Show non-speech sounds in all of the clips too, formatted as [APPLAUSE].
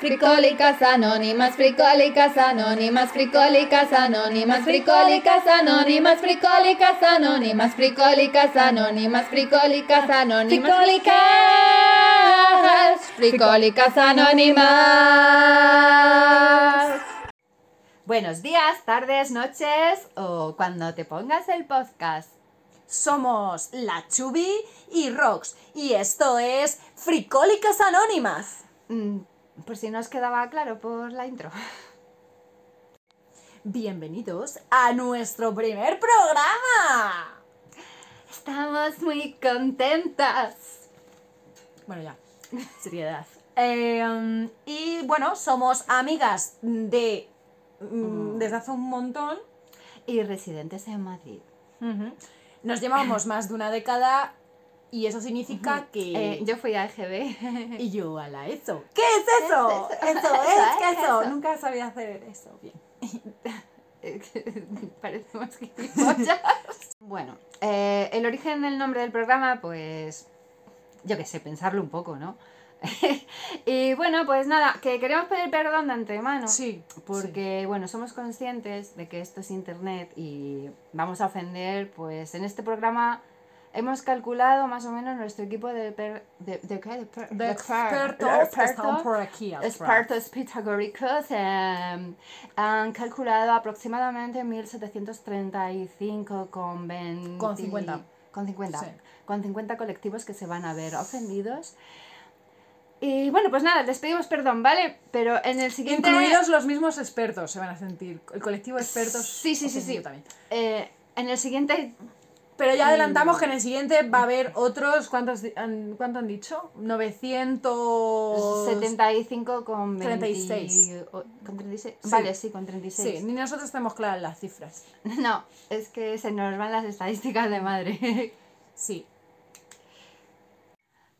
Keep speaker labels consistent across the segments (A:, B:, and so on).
A: Fricólicas anónimas, fricólicas anónimas, fricólicas anónimas, fricólicas anónimas, fricólicas anónimas, fricólicas anónimas, fricólicas anónimas, fricólicas, fricólicas anónimas.
B: Buenos días, tardes, noches o cuando te pongas el podcast.
C: Somos la Chubi y Rox y esto es Fricólicas Anónimas.
B: Mm, Por si no os quedaba claro por la intro. [LAUGHS]
C: Bienvenidos a nuestro primer programa.
B: Estamos muy contentas.
C: Bueno, ya, [LAUGHS] seriedad. Eh, y bueno, somos amigas de... mm, desde hace un montón.
B: Y residentes en Madrid.
C: Nos llevamos más de una década y eso significa que...
B: Eh, yo fui a EGB.
C: Y yo a la ESO. ¿Qué es [LAUGHS] eso?
B: ¿Qué
C: Eso,
B: es
C: es que eso.
B: eso.
C: Nunca sabía hacer eso bien.
B: [LAUGHS] Parecemos que [LAUGHS] gilipollas. Bueno, eh, el origen del nombre del programa, pues. Yo qué sé, pensarlo un poco, ¿no? [LAUGHS] y bueno, pues nada, que queremos pedir perdón de antemano.
C: Sí,
B: Porque, bueno, somos conscientes de que esto es internet y vamos a ofender, pues en este programa hemos calculado más o menos nuestro equipo de. per- ¿De, de qué? De, per-
C: de
B: de per-
C: expertos
B: de
C: que están
B: expertos.
C: por aquí. atrás.
B: Expertos pitagóricos em, han calculado aproximadamente 1735 con 20
C: Con 50.
B: con 50,
C: Sí.
B: con 50 colectivos que se van a ver ofendidos. Y bueno, pues nada, les pedimos perdón, ¿vale? Pero en el siguiente...
C: Incluidos los mismos expertos se van a sentir. El colectivo de expertos.
B: Sí, sí, sí, sí.
C: ofendido también.
B: eh, en el siguiente...
C: Pero ya adelantamos que en el siguiente va a haber otros. ¿Cuántos di- han, cuánto han dicho? 900.
B: 75 con 20
C: 36.
B: o- con 36.
C: Sí.
B: Vale, sí, con
C: Sí,
B: 36.
C: ni nosotros tenemos claras las cifras.
B: [LAUGHS] No, es que se nos van las estadísticas de madre.
C: Sí.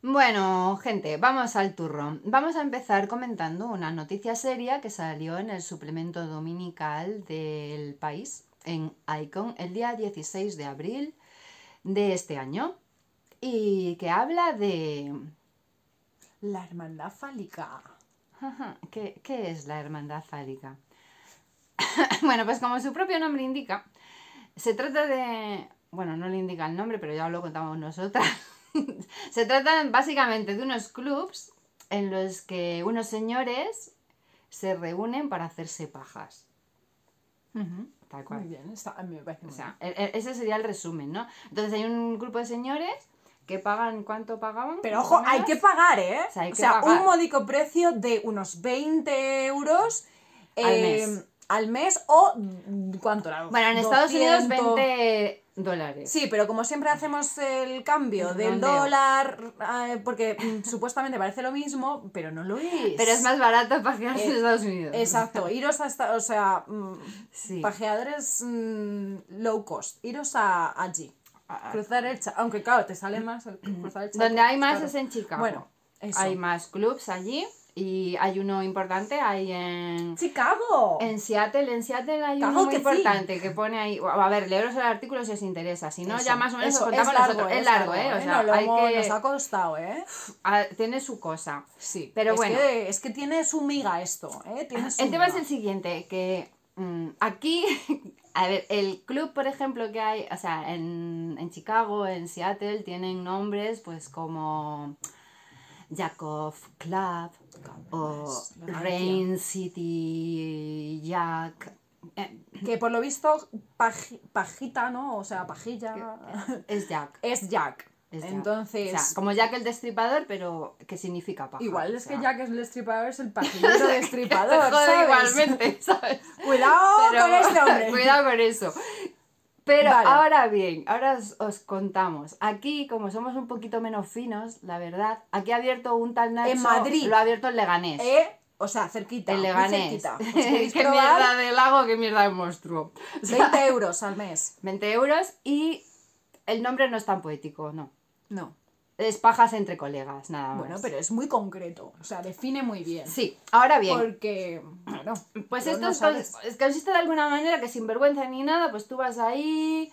B: Bueno, gente, vamos al turrón. Vamos a empezar comentando una noticia seria que salió en el suplemento dominical del país, en Icon, el día 16 de abril de este año, y que habla de...
C: La hermandad fálica.
B: Ajá, ¿Qué, qué es la hermandad fálica? [COUGHS] bueno, pues como su propio nombre indica, se trata de... Bueno, no le indica el nombre, pero ya lo contamos nosotras. [LAUGHS] se trata básicamente de unos clubs en los que unos señores se reúnen para hacerse pajas. Tal cual.
C: Muy bien, está, a mí me parece muy
B: O sea, e- e- ese sería el resumen, ¿no? Entonces hay un grupo de señores que pagan cuánto pagaban.
C: bien. Pero ojo, hay que pagar, ¿eh?
B: O sea, hay que
C: un
B: pagar.
C: módico precio de unos 20 euros
B: Al
C: eh,
B: mes.
C: al mes o. mm, ¿Cuánto era?
B: Bueno, en Estados Unidos
C: 200.
B: 20 dólares.
C: Sí, pero como siempre hacemos el cambio del
B: Redondeo.
C: dólar, eh, porque mm, supuestamente parece lo mismo, pero no lo es.
B: Pero es más barato pagar en
C: Eh,
B: Estados Unidos.
C: [LAUGHS] Exacto, iros hasta, o sea, mm,
B: Sí.
C: pajeadores mm, low cost, iros a allí,
B: Ah, ah.
C: cruzar el Cha- aunque claro, te sale más el cruzar el Chaco,
B: Donde hay más
C: claro.
B: es en Chicago.
C: Bueno, eso.
B: Hay más clubs allí y hay uno importante ahí en...
C: ¡Chicago!
B: En Seattle, en Seattle hay
C: Claro
B: uno muy
C: que sí.
B: importante que pone ahí. A ver, leeros el artículo si os interesa. Si no,
C: Eso,
B: ya más o menos
C: eso,
B: os contamos
C: es largo,
B: nosotros. Es largo, ¿eh? O sea,
C: No, lo
B: hay
C: hemos-
B: que-
C: nos ha costado, ¿eh?
B: ah, tiene su cosa.
C: Sí,
B: Pero
C: es
B: bueno.
C: Que, es que tiene su miga esto, ¿eh? Tiene su
B: El tema es
C: miga.
B: el siguiente, que mm, aquí, [LAUGHS] a ver, el club, por ejemplo, que hay, o sea, en, en Chicago, en Seattle, tienen nombres pues como Yakov Club o
C: Es la
B: Rain City Jack. eh,
C: Que por lo visto, paji- pajita, ¿no? O sea, pajilla.
B: Es Jack.
C: Es Jack.
B: es Jack.
C: Entonces,
B: O sea, como Jack el destripador, pero que significa paja.
C: igual
B: o
C: es
B: sea.
C: que Jack es el destripador, es el
B: [LAUGHS]
C: pajillero
B: Te
C: destripador.
B: jode
C: ¿sabes?
B: igualmente, [LAUGHS] ¿sabes?
C: Cuidado
B: Pero-
C: con este hombre.
B: [LAUGHS] cuidado con eso. Pero
C: Vale.
B: ahora bien, ahora os, os contamos. Aquí, como somos un poquito menos finos, la verdad, aquí ha abierto un tal Nacho.
C: En Madrid.
B: Lo ha abierto en Leganés.
C: Eh, o sea, cerquita.
B: en
C: muy
B: Leganés. [LAUGHS]
C: cerquita. Os
B: qué
C: podéis
B: mierda
C: probar
B: de lago, qué mierda de monstruo.
C: 20 euros al mes.
B: 20 euros y el nombre no es tan poético, no.
C: No.
B: Es pajas entre colegas, nada más.
C: Bueno, pero es muy concreto. O sea, define muy bien.
B: Sí, ahora bien.
C: Porque, bueno,
B: Pues
C: pero
B: esto
C: no
B: es, con-
C: sabes.
B: es- consiste de alguna manera que sin vergüenza ni nada, pues tú vas ahí,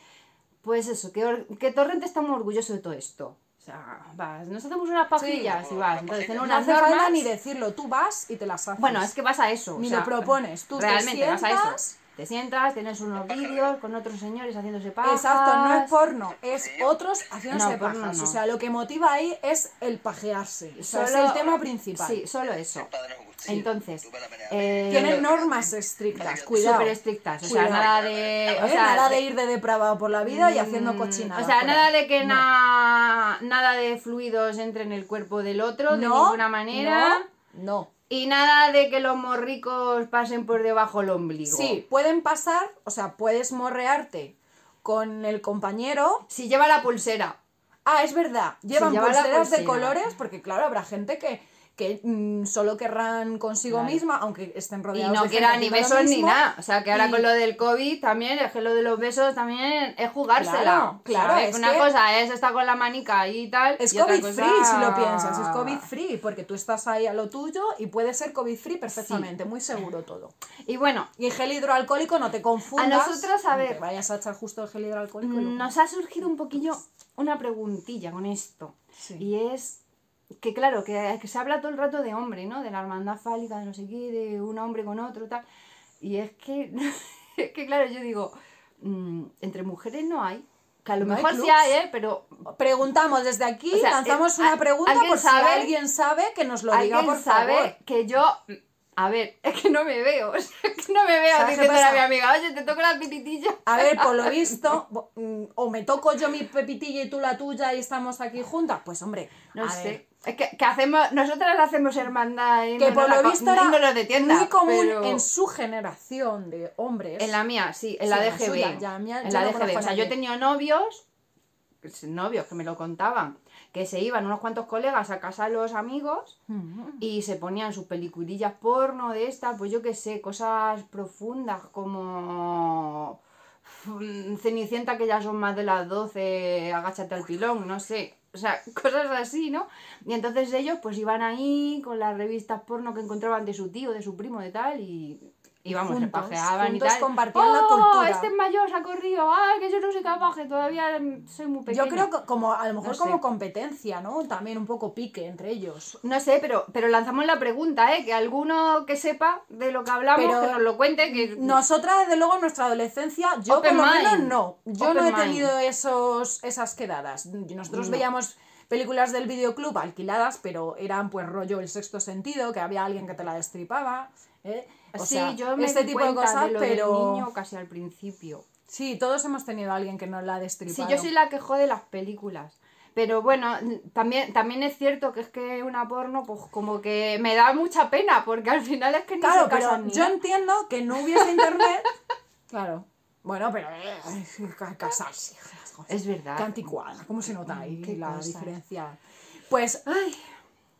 B: pues eso, que, or- que Torrente está muy orgulloso de todo esto, sea, vas, nos hacemos unas papillas y vas. Entonces, en
C: No
B: unas
C: hace falta
B: formas-
C: ni decirlo, tú vas y te las haces.
B: Bueno, es que vas a eso.
C: Ni
B: o sea,
C: lo propones, tú te
B: realmente vas a eso.
C: sientas-
B: Te sientas, tienes unos vídeos con otros señores haciéndose pajas.
C: Exacto, no es porno, es otros haciéndose
B: No, porno
C: pajas.
B: no.
C: O sea, lo que motiva ahí es el pajearse. O sea, es el tema principal.
B: Sí, solo eso. Entonces, eh,
C: Tiene normas estrictas, cuidado.
B: súper estrictas. O sea,
C: Cuidado.
B: nada de. O
C: ¿Eh?
B: sea,
C: nada de ir de depravado por la vida y haciendo
B: Mm,
C: cochinadas.
B: O sea,
C: por
B: nada
C: ahí.
B: de que
C: No.
B: na- nada de fluidos entre en el cuerpo del otro de
C: No,
B: ninguna manera.
C: No. no.
B: Y nada de que los morricos pasen por debajo del ombligo.
C: Sí, pueden pasar, o sea, puedes morrearte con el compañero.
B: Si lleva la pulsera.
C: Ah, es verdad, llevan
B: lleva la
C: pulseras de
B: pulsera.
C: colores, porque claro, habrá gente que, que mm, solo querrán consigo
B: Claro.
C: misma, aunque estén
B: Y
C: rodeados de
B: no
C: gente
B: queda ni
C: haciendo lo
B: besos ni
C: mismo.
B: nada. O sea, que ahora
C: Y-
B: con lo del COVID también, es que lo de los besos también es jugársela.
C: Claro, claro,
B: ¿sabes?
C: es
B: Una
C: que-
B: cosa es estar con la manica y tal.
C: Es
B: y otra
C: COVID
B: cosa-
C: free si lo piensas, es COVID free, porque tú estás ahí a lo tuyo y puede ser COVID free perfectamente, muy seguro todo.
B: Y bueno,
C: Y gel hidroalcohólico, no te confundas.
B: nosotras, a
C: no te
B: ver.
C: vayas a echar justo el gel hidroalcohólico. y lo-
B: nos ha surgido un poquillo una preguntilla con esto.
C: Sí.
B: Y es que, claro, que, que se habla todo el rato de hombre, ¿no? De la hermandad fálica, de no sé qué, de un hombre con otro, tal. Y es que, [LAUGHS] es que claro, yo digo, mm, entre mujeres no hay. Que a lo
C: No hay
B: mejor sí
C: clubs.
B: hay, ¿eh? Pero
C: Preguntamos desde aquí,
B: O sea,
C: lanzamos
B: eh,
C: una
B: ¿al-
C: pregunta
B: alguien
C: por si
B: sabe?
C: alguien sabe que nos lo diga,
B: alguien
C: por
B: sabe
C: favor.
B: que yo. A ver, es que no me veo, [LAUGHS] o sea, que no me veo
C: ¿Sabes qué
B: diciendo
C: pasa?
B: a mi amiga, oye, te toco la pititilla.
C: A ver, por lo visto, bo- mm, o me toco yo mi pepitilla y tú la tuya y estamos aquí juntas. Pues hombre,
B: No
C: a
B: sé.
C: ver,
B: Es que, que hacemos, nosotras hacemos hermandad y
C: que
B: no
C: por
B: nos
C: lo
B: la-
C: visto
B: y
C: era
B: no nos de tienda,
C: muy común
B: pero-
C: en su generación de hombres.
B: En la mía, sí, en
C: Sí,
B: la
C: en la
B: DGB.
C: suya, ya, mía, yo
B: en la
C: no
B: DGB.
C: conozco
B: O
C: a
B: sea, yo
C: nadie.
B: he tenido novios, pues, novios que me lo contaban, que se iban unos cuantos colegas a casa de los amigos
C: Mm.
B: y se ponían sus peliculillas porno de estas, pues yo qué sé, cosas profundas como mm, Cenicienta que ya son más de las 12, agáchate al pilón, no sé. O sea, [LAUGHS] cosas así, ¿no? Y entonces ellos pues iban ahí con las revistas porno que encontraban de su tío, de su primo, de tal, y, y vamos,
C: Juntos,
B: se pajeaban
C: juntos
B: y tal.
C: compartían la
B: "Oh,
C: cultura".
B: este es mayor, se ha corrido, ay, que yo no soy capaz, que todavía soy muy pequeña.
C: Yo creo que como a lo mejor
B: sé.
C: como competencia, ¿no? También un poco pique entre ellos.
B: No sé, pero, pero lanzamos la pregunta, ¿eh? Que alguno que sepa de lo que hablamos,
C: Pero
B: que nos lo cuente, que...
C: Nosotras, desde luego, en nuestra adolescencia, yo
B: Open
C: por lo
B: mind.
C: menos no. Yo
B: Open
C: no he
B: mind.
C: tenido esos, esas quedadas. Nosotros
B: No.
C: veíamos películas del videoclub alquiladas, pero eran pues rollo el sexto sentido, que había alguien que te la destripaba. ¿eh? O
B: sí,
C: sea,
B: yo me
C: este
B: di
C: tipo de
B: cuenta
C: cosas,
B: lo del
C: pero
B: niño casi al principio.
C: sí, todos hemos tenido a alguien que nos la ha
B: Sí,
C: destripado.
B: yo soy la que jode las películas. Pero bueno, también, también es cierto que es que una porno, pues como que me da mucha pena, porque al final es que no
C: Claro,
B: se casan
C: pero
B: ni
C: yo
B: nada.
C: entiendo que no hubiese internet.
B: [LAUGHS]
C: claro. Bueno, pero eh, ca- casarse. hijas,
B: Es verdad.
C: Qué anticuada, ¿cómo se nota ahí
B: Qué
C: la
B: cosas.
C: diferencia? Pues, ay,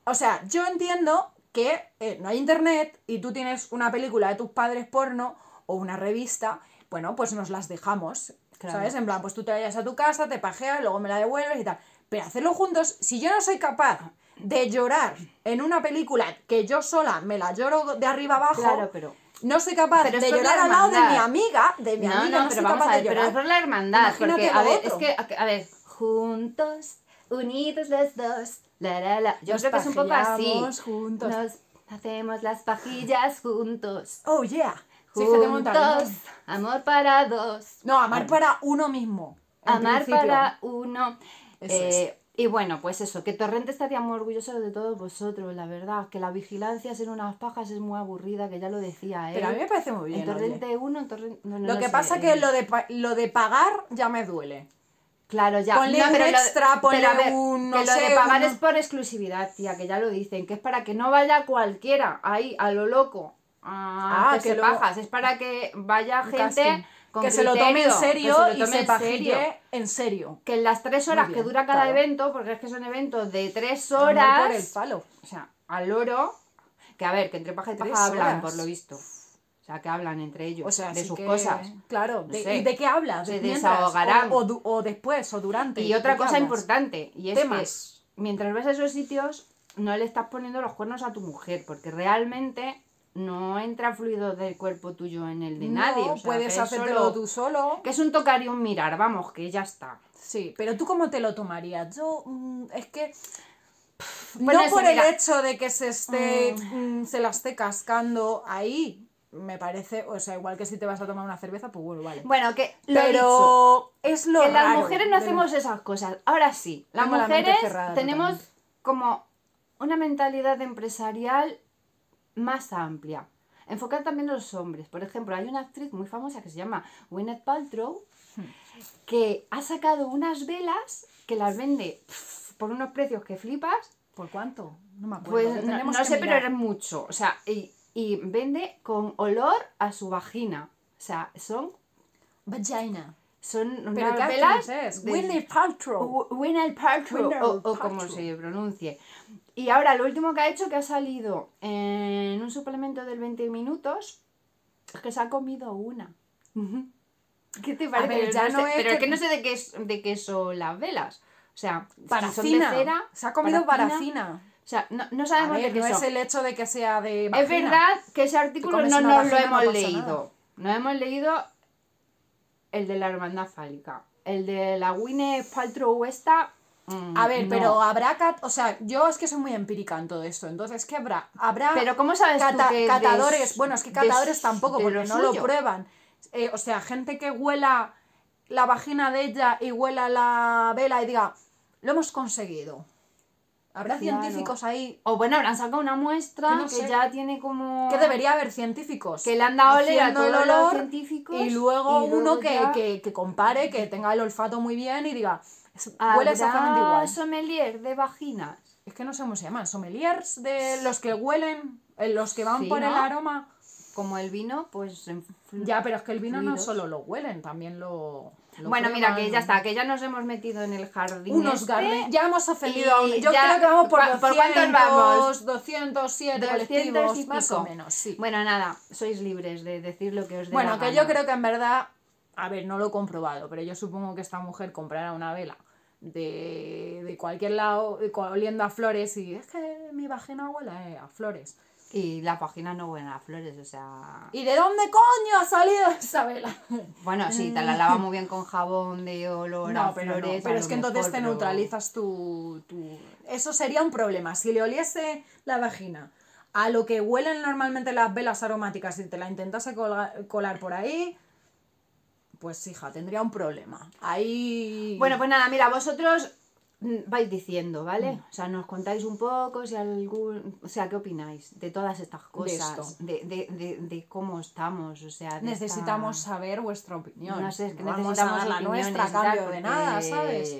C: o sea, yo entiendo que eh, no hay internet y tú tienes una película de tus padres porno o una revista, bueno, pues nos las dejamos,
B: Claro.
C: ¿sabes? En plan, pues tú te vayas a tu casa, te pajeas, luego me la devuelves y tal. Pero hacerlo juntos, si yo no soy capaz de llorar en una película que yo sola me la lloro de arriba abajo,
B: Claro, pero...
C: no soy capaz
B: Pero
C: de
B: eso es la
C: llorar al lado de mi
B: hermandad.
C: amiga, de mi amiga, no, soy capaz de
B: pero
C: llorar.
B: eso es la hermandad,
C: Imagínate
B: porque,
C: lo
B: a ver,
C: otro.
B: es que, a- a ver, juntos, unidos los dos, la, la, la. Yo
C: Nos
B: creo que es un poco así.
C: pajeamos juntos.
B: Nos hacemos las pajillas juntos.
C: Oh, yeah. Sí, que te montan,
B: Juntos,
C: ¿no?
B: amor para dos,
C: No, amar para uno mismo. en
B: amar
C: principio.
B: para uno.
C: Eso
B: Eh, Y bueno, pues eso, que Torrente estaría muy orgulloso de todos vosotros, la verdad, que la vigilancia sin unas pajas es muy aburrida, que ya lo decía él.
C: Pero a mí me parece muy
B: En
C: bien. oye.
B: Torrente 1, en Torrente... no, no,
C: lo
B: no
C: que
B: sé,
C: pasa
B: eh,
C: que lo de, pa- lo de pagar ya me duele.
B: Claro, ya.
C: Ponle un
B: pero lo-
C: extra, ponle
B: pero a
C: un, no
B: que lo
C: sé,
B: de pagar
C: una-
B: es por exclusividad, tía, que ya lo dicen, que es para que no vaya cualquiera ahí a lo loco a
C: Ah,
B: hacerse
C: que luego-
B: pajas, es para que vaya
C: Un
B: gente
C: casting.
B: con
C: que se lo tome
B: criterio,
C: en
B: que
C: serio
B: lo
C: y
B: tome
C: se
B: en
C: pajille
B: serio.
C: en serio.
B: Que en las tres horas
C: Muy
B: que
C: bien,
B: dura cada
C: claro.
B: evento, porque es que son eventos de tres
C: Amor
B: horas,
C: Por el palo.
B: o sea, al oro, que a ver, que entre paja y
C: Tres
B: paja hablan,
C: horas.
B: por lo visto. O sea, que hablan entre ellos
C: O sea,
B: de
C: sí
B: sus
C: que-
B: cosas.
C: Claro.
B: No
C: de-
B: sé.
C: ¿Y de qué hablas?
B: Se
C: Mientras,
B: desahogarán.
C: O, o du- o después, o durante.
B: Y otra
C: ¿de qué
B: cosa
C: hablas?
B: importante, y es
C: Temas.
B: que mientras vas a esos sitios, no le estás poniendo los cuernos a tu mujer, porque realmente no entra fluido del cuerpo tuyo en el de nadie.
C: No,
B: o sea,
C: puedes
B: que es
C: hacértelo
B: solo-
C: tú solo.
B: Que es un tocar y un mirar, vamos, que ya está.
C: Sí, pero tú cómo te lo tomarías? Yo mm, es que
B: bueno,
C: no
B: eso,
C: por
B: mira.
C: el hecho de que se esté mm, se la esté cascando ahí, me parece, o sea, igual que si te vas a tomar una cerveza, pues bueno, vale.
B: Bueno, que lo he dicho,
C: pero es lo
B: que las
C: raro
B: mujeres
C: de
B: no
C: la-
B: hacemos esas cosas. Ahora sí, las
C: Tengo la mente
B: mujeres
C: cerrada
B: tenemos
C: totalmente.
B: como una mentalidad empresarial más amplia. Enfocar también a los hombres. Por ejemplo, hay una actriz muy famosa que se llama Gwyneth Paltrow
C: Hmm.
B: que ha sacado unas velas que las vende pf, por unos precios que flipas
C: ¿Por cuánto? No me acuerdo.
B: Pues no,
C: Tenemos
B: no
C: que
B: sé, pero
C: mirar.
B: era mucho. O sea, y, y vende con olor a su vagina. O sea, son,
C: Vagina.
B: son
C: Pero
B: unas
C: ¿qué
B: velas.
C: actriz es?
B: de-
C: Winnie Paltrow.
B: Wi- Gwyneth Paltrow,
C: Gwyneth
B: o, o
C: Paltrow.
B: como se pronuncie. Y ahora, lo último que ha hecho, que ha salido en un suplemento del 20 minutos, es que se ha comido una. ¿Qué te parece?
C: ver, ya
B: no
C: no
B: sé-
C: es
B: pero
C: que-
B: es que no sé de qué, es- de qué son las velas. O sea, si son de
C: Parafina.
B: cera,
C: Se ha comido
B: parafina.
C: parafina.
B: O sea, no, no
C: A
B: sabemos
C: ver,
B: de qué
C: no
B: son.
C: es el hecho de que sea de
B: Es
C: vagina.
B: verdad que ese artículo
C: comes
B: no
C: una
B: nos lo
C: vagina, no
B: hemos
C: pasa nada.
B: leído. No hemos leído el de la hermandad fálica. El de la Winnie Paltrow esta... mm,
C: A ver,
B: no.
C: pero habrá cat, o sea, yo es que soy muy empírica en todo esto, entonces qué habrá, habrá
B: Pero ¿cómo sabes tú
C: Ah, cata-
B: que de
C: catadores,
B: su-
C: bueno, es que
B: de
C: catadores
B: su-
C: tampoco,
B: de
C: porque
B: lo
C: no lo
B: suyo?
C: prueban. Eh, o sea, gente que huela la vagina de ella y huela la vela y diga, lo hemos conseguido. Habrá
B: Claro.
C: científicos ahí,
B: O bueno, habrán sacado una muestra
C: Que
B: que,
C: no sé.
B: ya tiene como...
C: que debería haber científicos.
B: Que le han dado a oler a
C: haciendo
B: todos
C: el
B: los
C: olor
B: científicos.
C: y luego
B: y
C: uno que,
B: ya-
C: que- que compare, que tenga el olfato muy bien y diga, "Es- huele
B: Habrá
C: exactamente igual.
B: sommelier de vaginas.
C: Es que no sé cómo se llaman, sommeliers de los que huelen, eh, los que van
B: Sí,
C: por el
B: ¿no?
C: aroma.
B: Como el vino, pues... en flu-
C: Ya, pero es que el vino no
B: Fluidos.
C: solo lo huelen, también lo. lo
B: bueno, mira, que
C: prueban.
B: ya está, que ya nos hemos metido en el jardín
C: Unos
B: este.
C: garden- Ya hemos ofendido a un.
B: y
C: Yo
B: ya-
C: creo que vamos por
B: ¿cuá-
C: 200,
B: por cuántos vamos?
C: 207
B: 200
C: colectivos,
B: y
C: más o
B: pico.
C: menos, sí. Bueno,
B: Bueno, nada, sois libres de decir lo que os dé la
C: que
B: gana.
C: yo creo que en verdad. A ver, no lo he comprobado, pero yo supongo que esta mujer comprara una vela de, de cualquier lado, de- oliendo a flores, y es que mi vagina huele a flores.
B: Y las páginas no huelen a flores, o sea...
C: ¿Y de dónde coño ha salido [LAUGHS] esa vela?
B: Bueno, sí, te la lava muy bien con jabón de olor a
C: No, pero, no,
B: flores...
C: pero
B: a
C: es
B: lo
C: que entonces
B: mejor,
C: te
B: pero-
C: neutralizas tu, tu- Eso sería un problema. Si le oliese la vagina a lo que huelen normalmente las velas aromáticas y te la intentase colga- colar por ahí, pues hija, tendría un problema. Ahí...
B: Bueno, pues nada, mira, vosotros mm, vais diciendo, ¿vale? O sea, nos contáis un poco, si algún... O sea, ¿qué opináis de todas estas cosas?
C: esto.
B: De, de, de, de cómo estamos, o sea... de esta-
C: necesitamos saber vuestra opinión.
B: No sé, es que
C: vamos a
B: necesitamos
C: dar la
B: opiniones
C: nuestra a
B: y tal,
C: cambio de
B: porque-
C: nada, ¿sabes?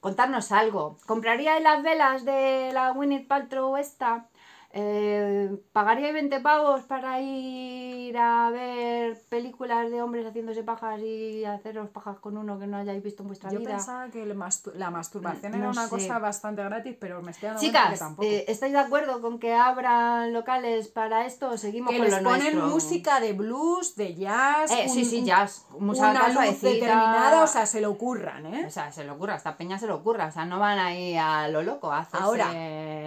B: Contarnos algo. ¿Compraríais las velas de la Winnet Paltrow esta? Eh, ¿Pagaríais 20 pavos para ir a ver películas de hombres haciéndose pajas y haceros pajas con uno que no hayáis visto en vuestra
C: Yo
B: vida? Mm,
C: pensaba que el mastu- la masturbación
B: No
C: era una
B: sé.
C: cosa bastante gratis, pero me estoy dando cuenta que
B: Chicas,
C: tampoco.
B: eh, ¿estáis de acuerdo con que abran locales para esto o seguimos
C: que
B: con
C: les
B: lo
C: ponen
B: nuestro?
C: música de blues, de jazz,
B: Eh, sí,
C: un-
B: sí, jazz. Mucha
C: una luz
B: suavecita.
C: determinada, o sea, se lo curran, ¿eh?
B: O sea, se le ocurra, a esta peña se le ocurra, o sea, no van ahí a lo loco a hacerse
C: Ahora,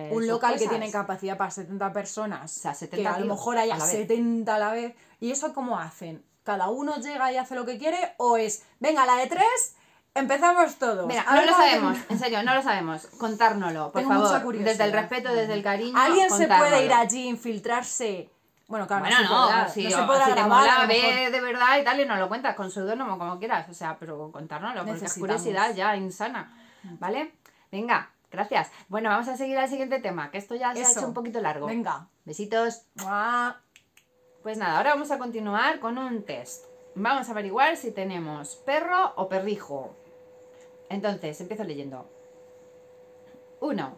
B: sus
C: Un local que
B: cosas.
C: tiene capacidad para 70 personas,
B: O sea, 70
C: que a lo
B: tíos
C: mejor haya
B: a la vez.
C: 70 a la vez. ¿Y eso cómo hacen? ¿Cada uno llega y hace lo que quiere? ¿O es, venga, la de tres, empezamos todos?
B: Mira,
C: A
B: no
C: ver
B: lo
C: cómo
B: sabemos,
C: termina.
B: en serio, no lo sabemos. Contárnoslo, por
C: Tengo mucha
B: favor.
C: curiosidad.
B: Desde el respeto, desde el cariño.
C: ¿Alguien se puede
B: contárnoslo.
C: ir allí, infiltrarse? Bueno, claro,
B: Bueno,
C: no, se podrá,
B: no, si,
C: no se podrá
B: si te
C: grabar. a
B: mola
C: lo mejor.
B: ver de verdad y tal, y nos lo cuentas con seudónimo, como quieras. O sea, pero contárnoslo, porque es
C: Necesitamos.
B: curiosidad ya insana. ¿Vale? Venga, gracias. Bueno, vamos a seguir al siguiente tema, que esto ya se
C: Eso.
B: ha hecho un poquito largo.
C: Venga.
B: Besitos.
C: Mua.
B: Pues nada, ahora vamos a continuar con un test. Vamos a averiguar si tenemos perro o perrijo. Entonces, empiezo leyendo. 1.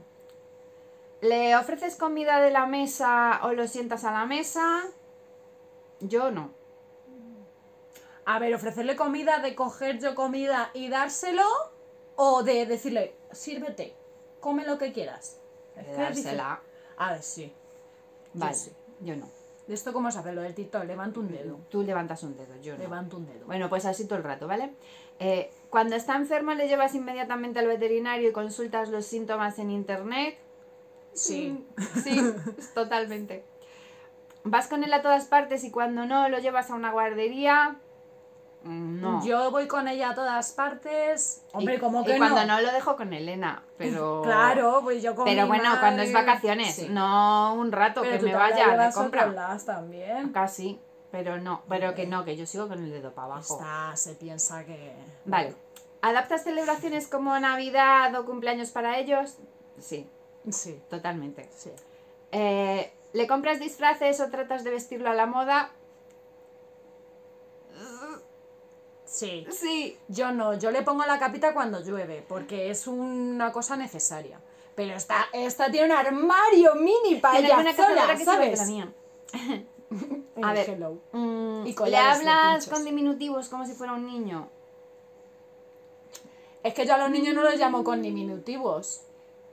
B: ¿Le ofreces comida de la mesa o lo sientas a la mesa? Yo no.
C: A ver, ofrecerle comida, de coger yo comida y dárselo, o de decirle, sírvete, come lo que quieras. Es que es
B: Dársela.
C: difícil. A ver, sí. Yo
B: Vale,
C: sí.
B: yo no.
C: ¿De esto cómo se hace lo del TikTok? Levanto un dedo.
B: Tú levantas un dedo, yo no.
C: Levanto un dedo.
B: Bueno, pues así todo el rato, ¿vale? Eh, cuando está enfermo le llevas inmediatamente al veterinario y consultas los síntomas en internet.
C: Sí.
B: Mm, Sí, [LAUGHS] totalmente. ¿Vas con él a todas partes y cuando no lo llevas a una guardería? Mm, No.
C: Yo voy con ella a todas partes. Hombre,
B: Y-
C: como
B: y
C: que
B: cuando
C: no?
B: no lo dejo con Elena, pero...
C: Claro, pues yo con
B: Pero
C: mi
B: bueno,
C: madre-
B: cuando es vacaciones,
C: Sí.
B: no un rato
C: Pero
B: que
C: tú
B: me
C: te la
B: vaya de
C: llevas a otros
B: compra.
C: lados también.
B: Casi, pero no, pero que no, que yo sigo con el dedo para abajo.
C: Está, se piensa que...
B: Vale. ¿Adaptas celebraciones como Navidad o cumpleaños para ellos? Sí,
C: Sí,
B: totalmente.
C: sí.
B: Eh, ¿Le compras disfraces o tratas de vestirlo a la moda?
C: Sí.
B: Sí.
C: Yo no, yo le pongo la capita cuando llueve, porque es una cosa necesaria. Pero esta, esta tiene un armario mini para
B: Tiene
C: ella
B: alguna
C: sola,
B: cazadora que se vaya de
C: ¿sabes?
B: la mía.
C: Eh,
B: A ver.
C: hello.
B: Mm,
C: Y
B: ¿Le
C: collares de
B: hablas
C: pinchos.
B: con diminutivos como si fuera un niño?
C: Es que yo a los niños no los llamo con diminutivos.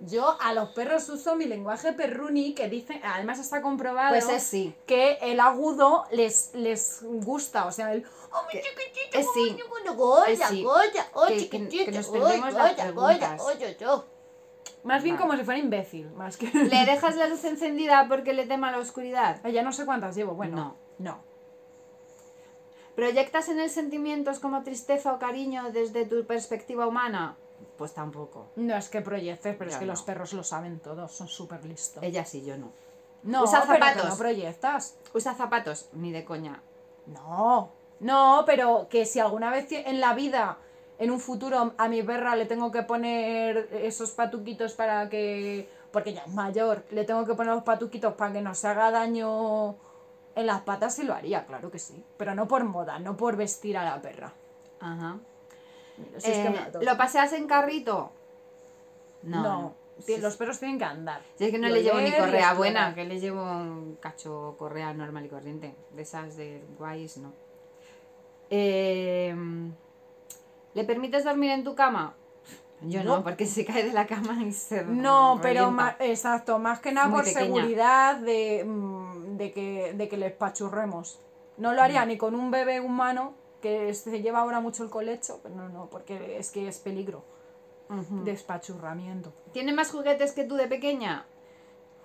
C: Yo a los perros uso mi lenguaje perruni, que dice, además está comprobado
B: Pues es sí.
C: que el agudo les, les gusta, o sea, el... "Oh, mi
B: Que-
C: chiquitito,
B: Es sí.
C: bueno, goya,
B: es sí.
C: goya, oh,
B: Que- que-
C: chiquitito,
B: que nos
C: oh,
B: perdemos las
C: goya, goya,
B: preguntas.
C: oh, yo, yo". Más bien
B: Vale.
C: como si fuera imbécil, más que... [LAUGHS]
B: ¿Le dejas la luz encendida porque le tema la oscuridad?
C: Ya no sé cuántas llevo, bueno. No.
B: ¿Proyectas en él sentimientos como tristeza o cariño desde tu perspectiva humana? Pues tampoco.
C: No, es que proyectes, pero es
B: Ya
C: que
B: no.
C: los perros lo saben todos, son súper listos.
B: Ella sí, yo no.
C: No,
B: usa
C: pero que
B: zapatos.
C: no proyectas.
B: ¿Usa zapatos? Ni de coña.
C: No, no, pero que si alguna vez en la vida, en un futuro, a mi perra le tengo que poner esos patuquitos para que. Porque ya es mayor, le tengo que poner los patuquitos para que no se haga daño en las patas, sí lo haría, claro que sí. Pero no por moda, no por vestir a la perra.
B: Ajá.
C: Si es que
B: Eh,
C: me la toco.
B: ¿Lo paseas en carrito?
C: no,
B: No. no.
C: ti- los perros tienen que andar.
B: Si es que no
C: Y
B: le llevo ni
C: oler y
B: correa
C: explorar.
B: buena, que le llevo un cacho correa normal y corriente. De esas de guays, no. Eh, ¿Le permites dormir en tu cama? Yo no,
C: No.
B: porque se cae de la cama y se.
C: No, pero
B: revienta.
C: ma- exacto, más que nada
B: Muy
C: por
B: pequeña.
C: seguridad de, mm, de que, de que les pachurremos. No lo
B: Mm.
C: haría ni con un bebé humano, que se lleva ahora mucho el colecho, pero no, no, porque es que es peligro.
B: Ujú. [LAUGHS]
C: Despachurramiento.
B: ¿Tiene más juguetes que tú de pequeña?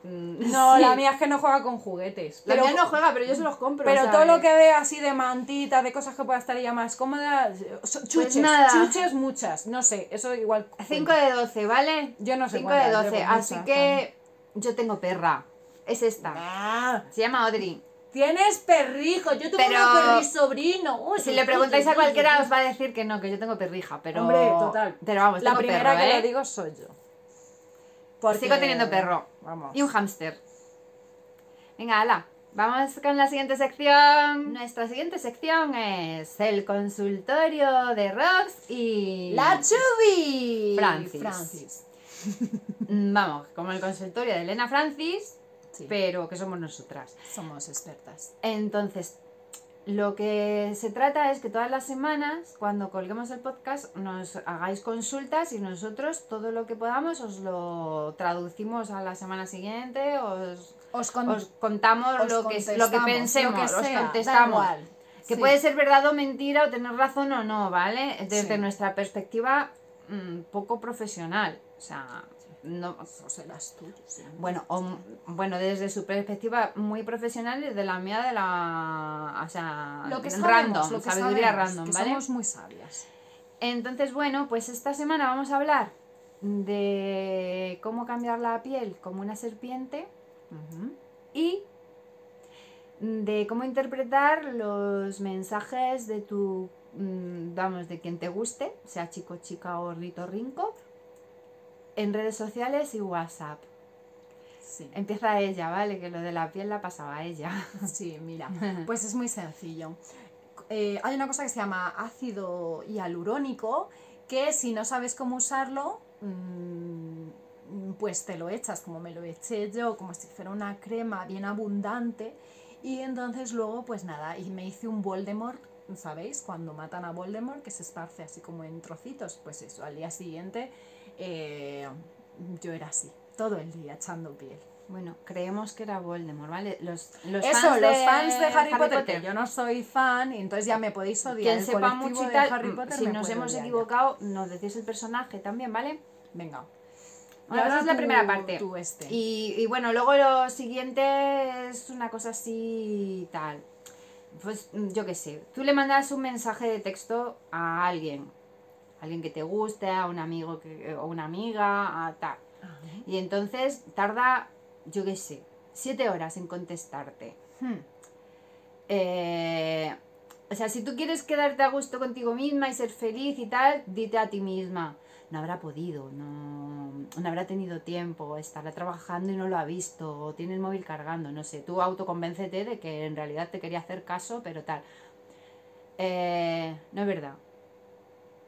B: Mm,
C: No,
B: [LAUGHS] sí.
C: la mía es que no juega con juguetes.
B: La
C: pero
B: mía no juega, pero yo se los compro.
C: pero
B: o sea,
C: todo
B: eh,
C: lo que ve así de mantita, de cosas que pueda estar ella más cómoda, eh, so- chuches,
B: Pues nada.
C: chuches muchas, no sé, eso igual.
B: 5 de 12, ¿vale?
C: Yo no sé
B: 5 de
C: cuántas,
B: 12.
C: llevo
B: Así
C: muchas también.
B: que yo tengo perra. Es esta.
C: Ah.
B: Se llama Audrey.
C: Tienes perrijo, yo tengo
B: Pero-
C: un perrisobrino. Uy,
B: Si
C: uy,
B: le
C: uy,
B: preguntáis
C: uy,
B: a
C: uy,
B: cualquiera
C: uy.
B: os va a decir que no, que yo tengo perrija, pero...
C: Hombre, total.
B: Pero vamos,
C: la
B: tengo
C: primera
B: perro,
C: que
B: ¿eh?
C: lo digo soy yo. Porque-
B: Sigo teniendo perro.
C: Vamos.
B: Y un hámster. Venga, ala. Vamos con la siguiente sección. Nuestra siguiente sección es el consultorio de Rox y...
C: La Chubi.
B: Francis. Mm, Vamos, como el consultorio de Elena Francis,
C: Sí,
B: pero que somos nosotras.
C: somos expertas.
B: Entonces, lo que se trata es que todas las semanas, cuando colguemos el podcast, nos hagáis consultas y nosotros todo lo que podamos os lo traducimos a la semana siguiente, os,
C: Os, con-
B: os contamos
C: os
B: lo, que, lo que
C: contestamos,
B: pensemos,
C: lo que sea,
B: os
C: da
B: contestamos.
C: igual.
B: Que
C: Sí.
B: puede ser verdad o mentira o tener razón o no, ¿vale? Desde
C: Sí.
B: nuestra perspectiva mm, poco profesional. O sea, no,
C: O serás tú, sí.
B: bueno, o m- bueno, desde su perspectiva muy profesional y de la mía de la. O sea,
C: lo que sabemos,
B: random,
C: lo que
B: sabiduría
C: sabemos,
B: random,
C: que
B: ¿vale?
C: Somos muy sabias.
B: Entonces, bueno, pues esta semana vamos a hablar de cómo cambiar la piel como una serpiente y de cómo interpretar los mensajes de tu. mm, Vamos, de quien te guste, sea chico, chica o ritorrinco, en redes sociales y WhatsApp.
C: Sí.
B: Empieza ella, ¿vale? Que lo de la piel la pasaba ella. [LAUGHS]
C: Sí, mira, pues es muy sencillo. Eh, hay una cosa que se llama ácido hialurónico, que si no sabes cómo usarlo, mm, pues te lo echas, como me lo eché yo, como si fuera una crema bien abundante. Y entonces luego, pues nada, y me hice un Voldemort, ¿sabéis? Cuando matan a Voldemort, que se esparce así como en trocitos, pues eso, al día siguiente eh, yo era así, todo el día echando piel.
B: Bueno, creemos que era Voldemort, ¿vale? Los, los
C: Eso,
B: fans
C: los
B: de
C: fans de Harry Potter, que yo no soy fan, y entonces ya me podéis odiar.
B: Quien
C: El
B: sepa
C: colectivo
B: mucho y
C: de
B: tal,
C: Harry
B: mm,
C: Potter
B: si
C: me
B: nos
C: puede
B: hemos
C: odiar ya.
B: equivocado, nos decís el personaje también, ¿vale?
C: Venga.
B: Bueno, esa es la
C: tu-
B: primera parte.
C: tu este.
B: Y, y bueno, luego lo siguiente es una cosa así tal. Pues mm, yo qué sé, tú le mandas un mensaje de texto a alguien, alguien que te guste, a un amigo que, o una amiga, a tal.
C: Ah,
B: Y entonces tarda, yo qué sé, siete horas en contestarte. Hmm. Eh, o sea, si tú quieres quedarte a gusto contigo misma y ser feliz y tal, dite a ti misma. No habrá podido, no, no habrá tenido tiempo, estará trabajando y no lo ha visto, o tiene el móvil cargando, no sé. Tú autoconvéncete de que en realidad te quería hacer caso, pero tal. Eh, no es verdad.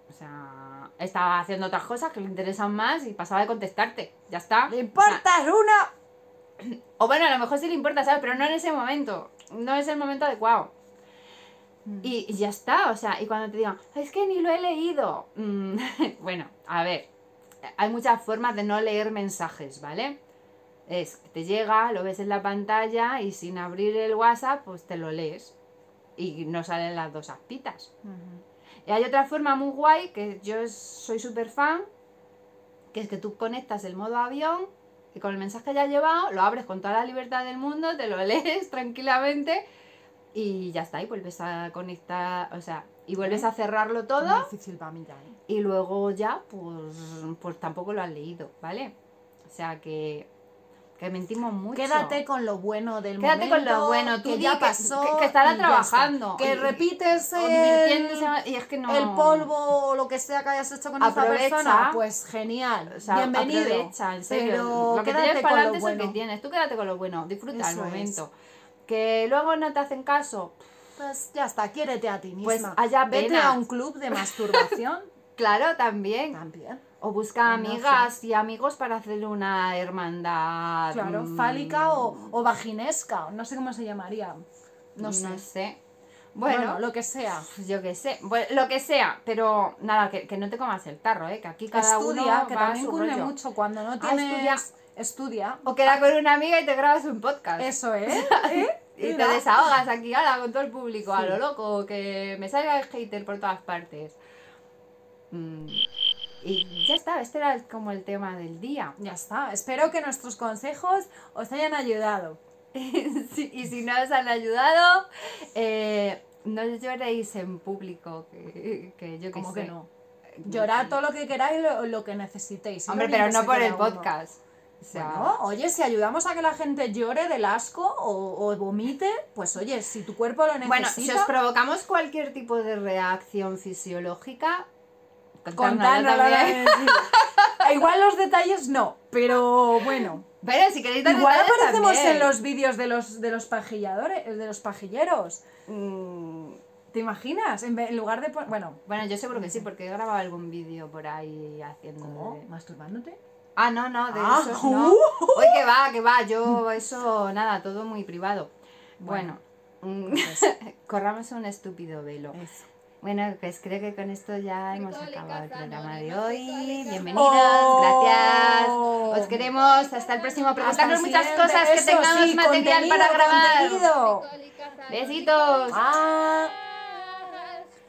B: O sea, estaba haciendo otras cosas que le interesan más y pasaba de contestarte. Ya
C: ¡Le
B: está. O sea,
C: importas una!
B: o bueno, a lo mejor sí le importa, ¿sabes? Pero no en ese momento. No es el momento adecuado.
C: Mm.
B: Y y ya está, o sea, y cuando te digan, es que ni lo he leído. Mm, [LAUGHS] bueno, a ver, hay muchas formas de no leer mensajes, ¿vale? Es que te llega, lo ves en la pantalla y sin abrir el WhatsApp, pues te lo lees. Y no salen las dos aspitas.
C: Mm,
B: Y hay otra forma muy guay, que yo es- soy súper fan, que es que tú conectas el modo avión y con el mensaje ya llevado, lo abres con toda la libertad del mundo, te lo [LAUGHS] lees tranquilamente y ya está, y vuelves a conectar, o sea, y vuelves a cerrarlo todo
C: Muy difícil para mí ya, ¿eh?
B: y luego ya, pues, pues tampoco lo has leído, ¿vale? O sea que, que mentimos mucho.
C: Quédate con lo bueno del
B: Quédate
C: momento.
B: con lo bueno, tú
C: que
B: di
C: ya
B: que-
C: pasó.
B: que- que estará
C: y ya
B: trabajando.
C: está. Que
B: Y-
C: repites
B: O
C: el,
B: divirtiéndose, y es que no...
C: el polvo o lo que sea que hayas hecho con
B: Aprovecha.
C: esa persona. Pues genial.
B: O sea,
C: Bienvenido.
B: aprovecha, en serio.
C: Pero
B: lo que
C: quédate
B: tienes
C: con
B: para
C: lo
B: adelante es el
C: bueno.
B: que tienes. Tú quédate con lo bueno, disfruta el
C: Eso es.
B: momento. Que luego no te hacen caso.
C: Pues ya está, quiérete a ti misma.
B: Pues haya
C: Vete
B: pena.
C: a un club de masturbación
B: Claro, [LAUGHS] también.
C: también.
B: O busca
C: No,
B: amigas y amigos para hacer una hermandad.
C: Claro,
B: mm,
C: fálica o, o vaginesca, o no sé cómo se llamaría. No sé.
B: Bueno,
C: lo que sea.
B: pues yo qué sé. Bueno, lo que sea, pero nada, que, que no te comas el tarro, ¿eh? Que aquí cada
C: estudia,
B: uno
C: que
B: va a
C: también
B: su
C: cunde
B: rollo.
C: mucho cuando no tienes.
B: estudia.
C: Ah, estudia.
B: O queda con una amiga y te grabas un podcast.
C: Eso es.
B: [LAUGHS]
C: ¿eh?
B: Y te
C: Mira.
B: desahogas aquí ahora con todo el público, a
C: Sí.
B: lo loco, que me salga el hater por todas partes. Mm, Y ya está, este era el- como el tema del día. [LAUGHS]
C: Ya está. Espero que nuestros consejos os hayan ayudado.
B: Sí, y si no os han ayudado, eh, no lloréis en público, que, que yo qué
C: Como
B: sé.
C: que no. Llorad todo lo que queráis, lo, lo que necesitéis.
B: Hombre,
C: Lo
B: pero
C: bien que
B: no
C: se
B: por
C: queda
B: el
C: uno.
B: podcast. O sea,
C: Bueno, oye, si ayudamos a que la gente llore del asco o, o vomite, pues oye, si tu cuerpo lo
B: bueno, si os
C: necesita,
B: provocamos cualquier tipo de reacción fisiológica, contárnoslo
C: contárnoslo
B: también. [LAUGHS]
C: también. Igual los detalles no, pero bueno.
B: Pero si queréis dar
C: Igual
B: detalles
C: aparecemos
B: también.
C: en los vídeos de los, de los pajilladores, de los pajilleros.
B: Mm,
C: ¿Te imaginas? En, vez- en lugar de... po- Bueno,
B: Bueno, yo seguro que sí, porque he grabado algún vídeo por ahí haciendo.
C: Mm. ¿cómo?
B: de-
C: Eh, ¿Masturbándote?
B: Ah, no, no, de
C: Ah,
B: eso no.
C: [LAUGHS] uh.
B: Oye, que va, que va, yo eso, nada, todo muy privado. Bueno, mm, [LAUGHS] corramos un estúpido velo.
C: Eso.
B: Bueno, pues creo que con esto ya hemos acabado el programa de hoy. Bienvenidas,
C: Oh.
B: gracias. Os queremos, hasta el próximo.
C: Hasta el
B: Preguntarnos muchas
C: siguiente.
B: cosas, que
C: Eso
B: tengamos
C: sí,
B: material para
C: contenido,
B: grabar.
C: contenido.
B: Besitos.
C: Ah.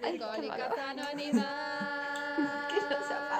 A: Fricolicas anónimas.
B: [LAUGHS] Que no se apague.